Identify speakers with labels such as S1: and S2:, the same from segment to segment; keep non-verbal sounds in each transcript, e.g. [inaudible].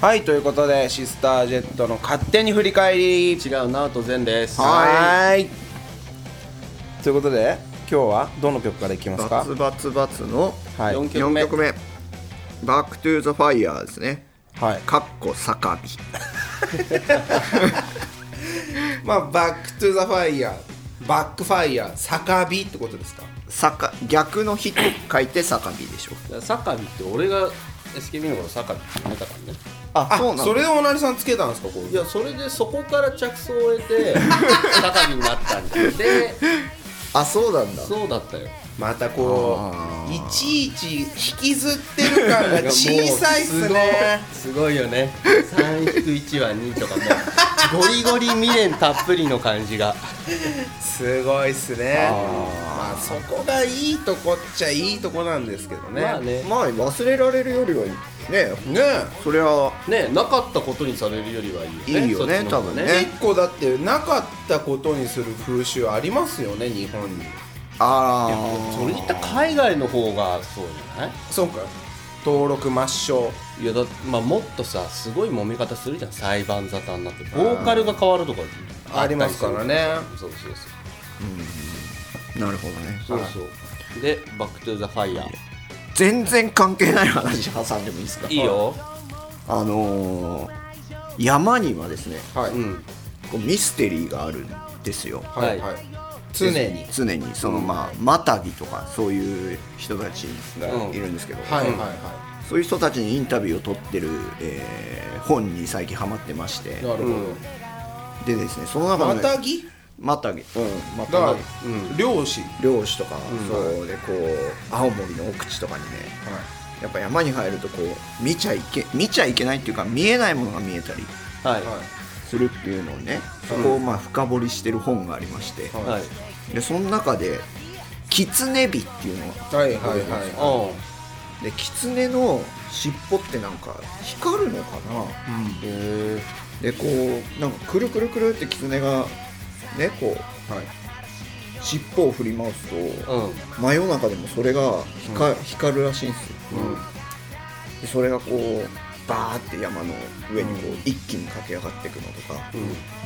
S1: はいということでシスタージェットの勝手に振り返り
S2: 違うなと善です
S1: はーいということで今日はどの曲からいきます
S3: バ
S1: か
S3: ツバツバツの
S1: はい
S2: 四
S3: 4曲
S2: 曲
S3: 目「バック・トゥ・ザ・ファイヤー」ですね
S1: はい
S3: かっこ酒火
S1: まあバックトゥザファイヤーバックファイヤー酒火ってことですか
S3: 酒逆の火と書いて酒火でしょ
S2: 目サカビって俺が SKB の頃サカビって決めたからね
S3: あ
S1: あ
S3: そ
S1: そ
S3: うなの
S1: れをおなりさんつけたんですかこう
S2: いやそれでそこから着想を
S1: [laughs]
S2: 得てサカビになったんだよで
S3: あそうなんだ
S2: そうだったよ
S1: またこ
S3: あ
S1: ういちいち引きずってる [laughs] 感が小さいっすね
S2: すごいよね3-1は2とかねゴリゴリ未練たっぷりの感じが
S1: すごいっすねまあそこがいいとこっちゃいいとこなんですけどね、
S2: まあね
S3: まあ忘れられるよりはいいね
S1: ね
S3: それは
S2: ねなかったことにされるよりはいいよね
S3: いいよね
S2: そっちの方が
S3: 多分ね
S1: 結構だってなかったことにする風習ありますよね日本に
S3: あ
S2: それ言ったら海外の方がそうじゃない
S1: そうか登録抹消
S2: いやだまあ、もっとさすごい揉め方するじゃん裁判沙汰になってボーカルが変わるとか
S1: ありますからね
S2: そうそうそう
S3: あなるほどね
S2: そうそうで「バック・トゥ・ザ・ファイヤー
S3: 全然関係ない話挟んでもいいですか」
S2: いいよ、
S3: あのー山にはですね
S1: はい、
S2: うん、
S3: こうミステリーがあるんですよ
S1: はいはい、常に
S3: 常にそのまあマタギとかそういう人たちがいるんですけど、
S1: はいはいは
S3: そういう人たちにインタビューを取ってる、えー本に最近ハマってまして
S1: い、なるほ
S3: でですねその中
S1: ど、
S3: で
S1: またぎ
S3: マタギうんマ
S1: だから
S3: タギ、
S1: 漁師、は
S3: 漁師とか、そうでこう青森の奥地とかにねやっぱ山に入るとこう見ちゃいけ見ちゃいけないっていうか見えないものが見えたり
S2: はい
S1: い
S2: は
S3: するっていうのをねそこをまあ深掘りしてる本がありまして、
S2: い、
S1: はい
S3: でその中で「キツネビ」っていうのが
S1: はいはいはいは
S2: あ
S3: でキツネの尻尾ってなんか光るのかな、でこうなんかくるくるくるってキツネがねこう
S1: いはい
S3: 尻尾を振り回すと
S2: あうん
S3: 真夜中でもそれが光,、光るらしいんですよ、でそれがこうバーって山の上にこう一気に駆け上がっていくのとか、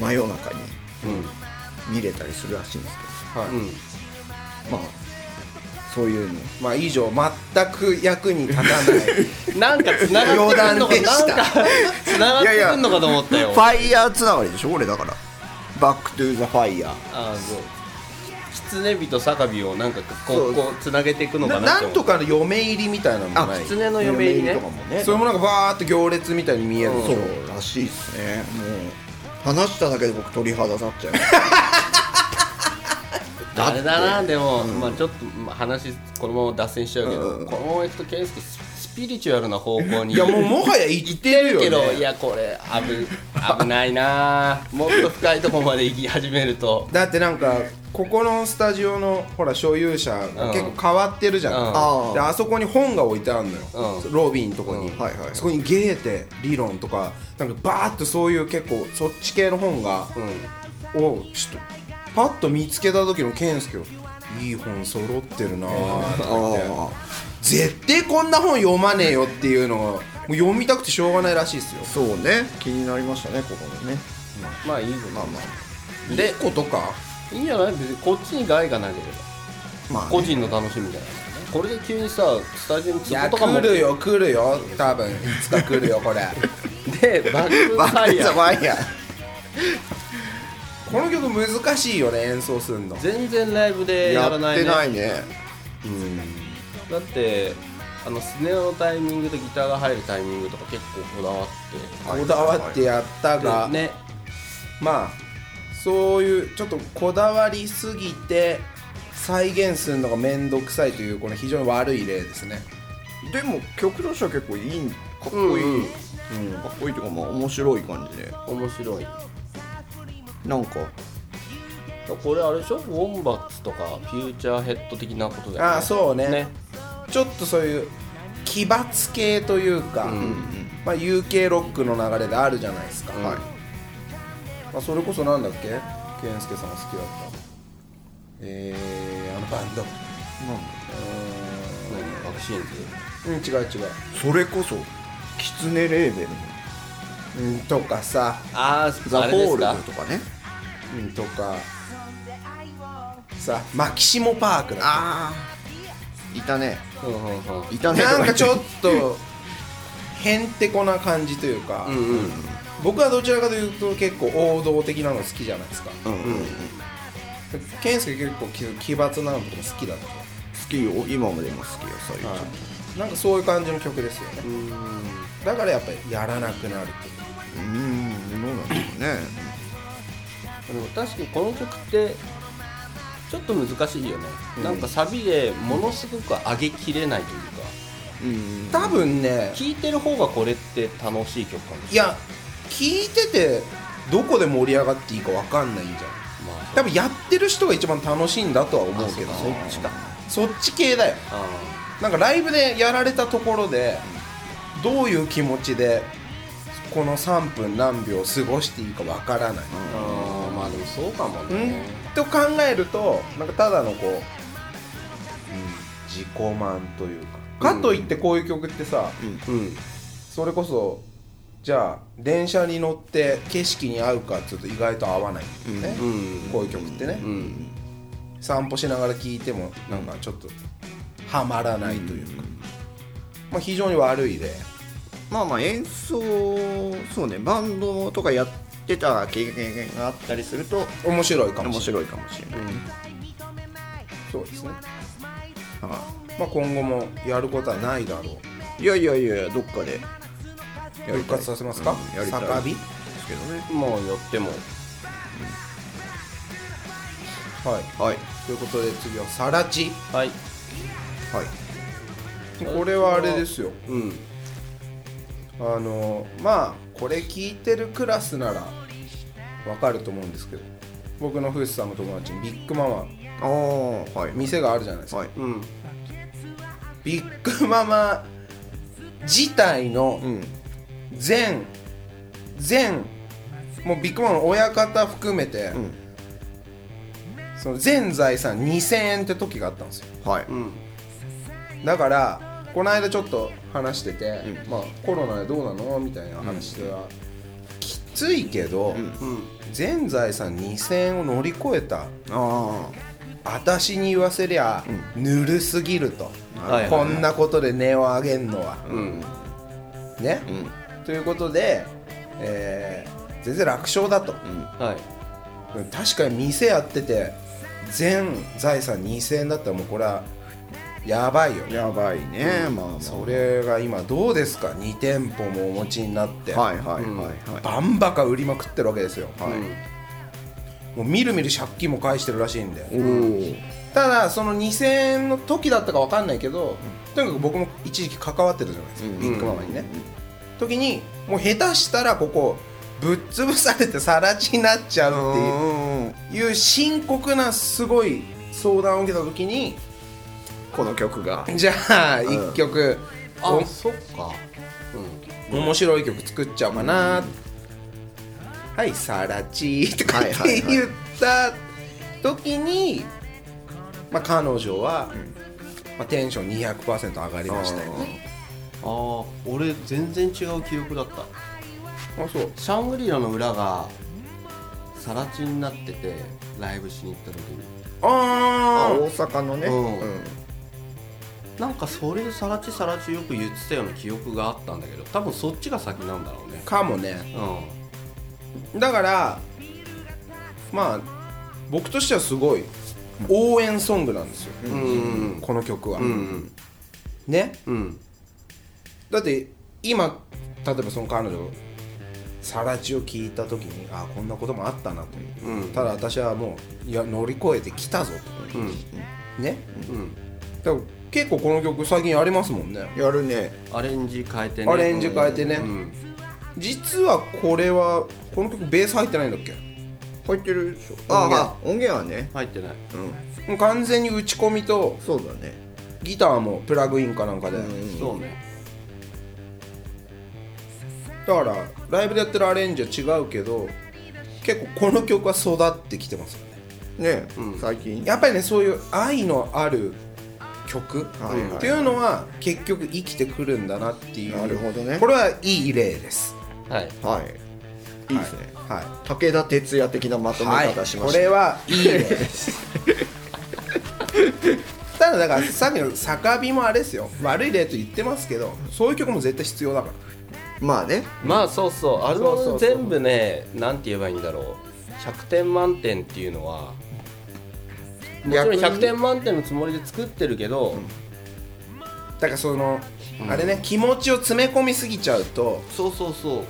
S3: 真夜中に
S2: う
S3: 見れたりするらしいんです
S1: はい、
S2: んうん
S3: けどまあそういうの
S1: まあ以上全く役に立たない
S2: なんかつながってくんのか
S3: 余談でした
S2: なんかつながってくんのかと思ったよ
S3: ファイヤーつながりでしょ俺だからバックトゥーザファイヤー
S2: ああそう狐火と酒火をなんか
S3: そ
S2: こ
S3: う
S2: うこうつなげていくの
S1: な
S2: かなっ
S1: [laughs] なん
S2: て思
S1: と
S2: った
S1: かの嫁入りみたいなのも
S2: あ
S1: ない
S2: 狐の嫁入りね
S3: とかもね
S1: それもなんかバーって行列みたいに見えるでし
S3: そ
S1: ょ
S3: うらしいですねもう話しただけで僕鳥肌立っちゃう
S2: あれだなでも、まあちょっとまあ話このまま脱線しちゃうけど、
S3: うん
S2: このままいくと健介ススピリチュアルな方向に
S1: いやもうもはや行ってるよ、ね、
S2: けどいやこれ危危ないなもっと深いとこまで行き始めると
S1: だってなんかここのスタジオのほら所有者が結構変わってるじゃん、
S2: うん
S3: うん
S1: であそこに本が置いてあるのよ、
S2: うん
S1: ロビーのとこに、
S3: うんはいはい
S1: そこにゲーテ理論とかなんかバーッとそういう結構そっち系の本が、をちょっとパッと見つけた時の健介をいい本揃ってるなーって言って
S3: あ
S1: 絶対こんな本読まねえよっていうのをもう読みたくてしょうがないらしいですよ
S3: そうね気になりましたねここでね
S2: まあいいぞまあま
S1: でことか
S2: あいいんじゃない別にこっちに害がなければ
S3: まあ
S2: 個人の楽しみじゃないこれで急にさスタジオに
S1: い
S2: 壺
S1: や
S2: とかも
S1: 来るよ来るよ多分いつか来るよこれ
S2: でバック
S3: バッ
S2: ファ
S3: ク
S2: イ
S1: [laughs]
S3: トゥーザ
S2: ヤ
S3: フ
S2: ー
S3: ァイヤー
S1: この曲難しいよね演奏すんの
S2: 全然ライブで
S3: や
S2: や
S3: っ
S2: ら
S3: て
S2: ないね
S3: ないね
S2: だってあのスネアのタイミングとギターが入るタイミングとか結構こだわって
S1: こだわってやったが、
S2: でね
S1: まあそういうちょっとこだわりすぎて再現するのが面倒くさいというこの非常に悪い例ですね
S3: でも曲としては結構いいかっこい
S2: うん
S3: い、うんかっこいいというかまあ面白い感じで
S2: 面白い
S3: なんか
S2: これあれでしょウォンバッツとかフューチャーヘッド的なことだよね
S1: ああそうねちょっとそういう奇抜系というか、まあ、UK ロックの流れであるじゃないですか、
S2: うん
S1: まあ、それこそなんだっけ健介さんが好きだったえー、あのバンドう
S2: 何ワクシーンズ
S1: ん違う違う
S3: それこそキツネレーベルの
S1: うんとかさ
S2: あー
S3: ザ・
S2: あれで
S3: ホー
S2: す
S3: ル
S2: か
S3: ドとかね
S1: うんとかさマキシモパークだ
S3: ああいたね
S2: うんうんうん
S3: いたね
S1: なんかちょっ
S3: と
S1: とへんてこな感じというか、
S2: うんうん
S1: 僕はどちらかというと結構王道的なの好きじゃないですか
S3: うんうんうん好
S1: 健介結構奇奇抜なのとか好きだった
S3: きよ今までも好きよそういうの
S1: はい、なんかそういう感じの曲ですよねだからやっぱりやらなくなるっていう
S3: うーんどうなんだろうね
S2: でも確かにこの曲ってちょっと難しいよね、なんかサビでものすごく上げきれないというか
S3: うん
S1: 多分ね
S2: 聴いてる方がこれって楽しい曲かもし
S1: いや聞いててどこで盛り上がっていいか分かんないんじゃない
S2: れない、まあ、
S1: 多分やってる人が一番楽しいんだとは思うけど
S2: あそうかそっちか
S1: そっち系だよ
S2: あ
S1: なんかライブでやられたところでどういう気持ちでこの3分何秒過ごしていいか分からない
S2: ーあーまあでもそうかも
S1: うん
S2: ね、
S1: と考えるとなんかただのこう、うん、自己満というかかといってこういう曲ってさ、
S2: うん、
S1: それこそじゃあ電車に乗って景色に合うかちょっと意外と合わないんだよね、
S2: うん
S1: こういう曲ってね、
S2: うん、
S1: 散歩しながら聴いてもなんかちょっとはまらないというか、まあ、非常に悪い例
S3: まあまあ演奏そうねバンドとかやってた経験があったりすると
S1: 面白いかも
S3: 面
S1: しれない
S3: 白いかもしれない、
S1: そうですね、
S3: は
S1: まあ、今後もやることはないだろう
S3: いいやいやいやいやどっかでやりたい
S1: 復活させますか、
S3: うんやりた
S1: 酒
S3: い
S1: 火
S3: ですけどね
S2: もう寄っても
S1: はい
S3: はい
S1: ということで次はさらち
S2: はい
S3: はい
S1: これはあれですよ
S2: うん
S1: あのまあこれ聞いてるクラスならわかると思うんですけど僕のフースさんの友達にビッグママ
S3: ああはい
S1: 店があるじゃないですか、
S3: はい
S2: うん
S1: ビッグママ自体の
S3: うん
S1: 全全もうビッグママの親方含めて、
S3: ん
S1: その全財産2000円って時があったんですよ
S3: はい
S2: うん
S1: だからこの間ちょっと話してて、まあ、コロナでどうなのみたいな話では、きついけど、
S2: うん
S1: 全財産2000円を乗り越えた
S3: あ
S1: 私に言わせりゃ、ぬるすぎると、
S2: はい
S1: こんなことで値を上げんのは、
S2: うん
S1: ね、
S3: あうん
S1: ということで、えー全然楽勝だと、
S2: はい
S1: 確かに店やってて全財産2000円だったらもうこれはやばいよね
S3: やばいね、まあまあ
S1: それが今どうですか2店舗もお持ちになって、
S3: はいはいはい
S2: うん
S3: はい、
S1: バンバカ売りまくってるわけですよ、
S3: はい
S1: もうみるみる借金も返してるらしいんで、
S3: おお
S1: ただその2000円の時だったかわかんないけど、とにかく僕も一時期関わってたじゃないですか、
S3: うん
S1: ビッグママにね、時にもう下手したらここぶっ潰されて更地になっちゃうっていういう深刻なすごい相談を受けた時に
S3: この曲が
S1: じゃあ1曲、
S2: あそっかうん
S1: お面白い曲作っちゃおうかな、はい「さらち」とかっ
S3: はいはい
S1: て
S3: はい
S1: 言った時に、まあ、彼女は、まあ、テンション200%上がりましたよね
S2: ああ俺全然違う記憶だった
S1: あそう
S2: シャングリラの裏がさら地になっててライブしに行った時に
S3: あ
S1: あ
S3: 大阪のね、
S2: うん
S3: うん
S2: なんかそれさらちさらちよく言ってたような記憶があったんだけど多分そっちが先なんだろうね
S1: あかもね
S2: う
S1: だからまあ僕としてはすごい応援ソングなんですよ、
S2: んうん
S1: この曲は、
S2: うん
S1: ね
S2: うん
S1: だって今例えばその彼女さらちを聞いた時にああこんなこともあったなと、
S2: うん
S1: ただ私はもういや乗り越えてきたぞ
S2: うんうん
S1: とね
S2: うん
S1: だから結構この曲最近やりますもんね
S3: やるね
S2: アレンジ変えてね
S1: アレンジ変えてね
S2: うん
S1: 実はこれはこの曲ベース入ってないんだっけ
S3: 入ってるでしょ
S1: 音源
S3: ああ音源はね
S2: 入ってない
S3: うん
S1: もう完全に打ち込みと
S3: そうだね
S1: ギターもプラグインかなんかで、
S3: うん
S2: そうね
S1: だからライブでやってるアレンジは違うけど結構この曲は育ってきてますよね
S3: ね、
S2: うん
S3: 最近
S1: やっぱりねそういう愛のある曲
S3: はいはい
S1: っていうのは結局生きてくるんだなっていう
S3: なるほどね
S1: これはいい例です
S2: はい
S3: はいいいですね、
S1: はい
S3: 武田鉄矢的なまとめ
S1: はい、
S3: 方しま
S1: こ
S3: した、
S1: れはいいね
S3: [laughs]
S1: ただだからさっきの酒瓶もあれですよ悪い例と言ってますけどそういう曲も絶対必要だから
S3: まあね
S2: まあそうそうアルバ
S1: そうそうそう
S2: ム全部ねなんて言えばいいんだろう100点満点っていうのはもちろん
S3: 逆に
S2: 100点満点のつもりで作ってるけど、
S1: だからその、あれね気持ちを詰め込みすぎちゃうと
S2: そうそうそう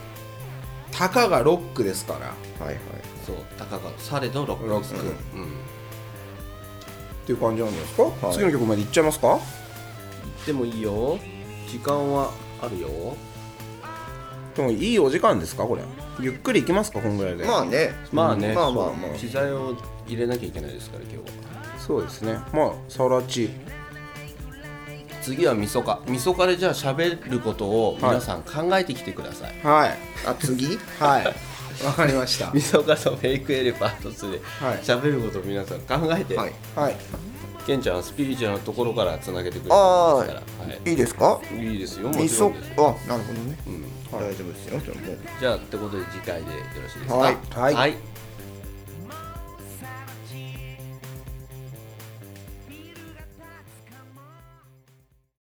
S1: たかがロックですから
S3: はいはい
S2: そうたかがされどロック
S1: ロ
S2: です
S1: ックっ
S2: うん、
S1: ていう感じなんですか、
S3: い
S1: 次の曲までいっちゃいますか
S2: でもいいよ時間はあるよ
S1: でもいいお時間ですかこれゆっくりいきますかこんぐらいで
S3: まあね
S2: まあね、
S3: まあまあまあ
S2: そう資材を入れなきゃいけないですから今日は
S1: そうですねまあサラチ
S2: 次はみそかみそかでじゃあ喋ることを皆さん考えてきてください、
S1: はい
S3: あ次
S1: [laughs] はいわかりました
S2: みそかとフェイクエレパート2で
S1: はい
S2: 喋ることを皆さん考えて、
S3: はい
S1: はい
S2: ケンちゃんはスピリチュアルのところからつなげてくれた
S3: あ
S2: ん
S3: ー
S2: ですから、はい
S3: いですか
S2: い、いいですよも
S3: 味
S2: ちろ
S3: 噌
S2: んですよ、
S3: あなるほどね、
S2: うん、
S3: 大丈夫ですよじゃあもう
S2: じゃあってことで次回でよろしいですか
S3: はい
S1: はい
S2: はい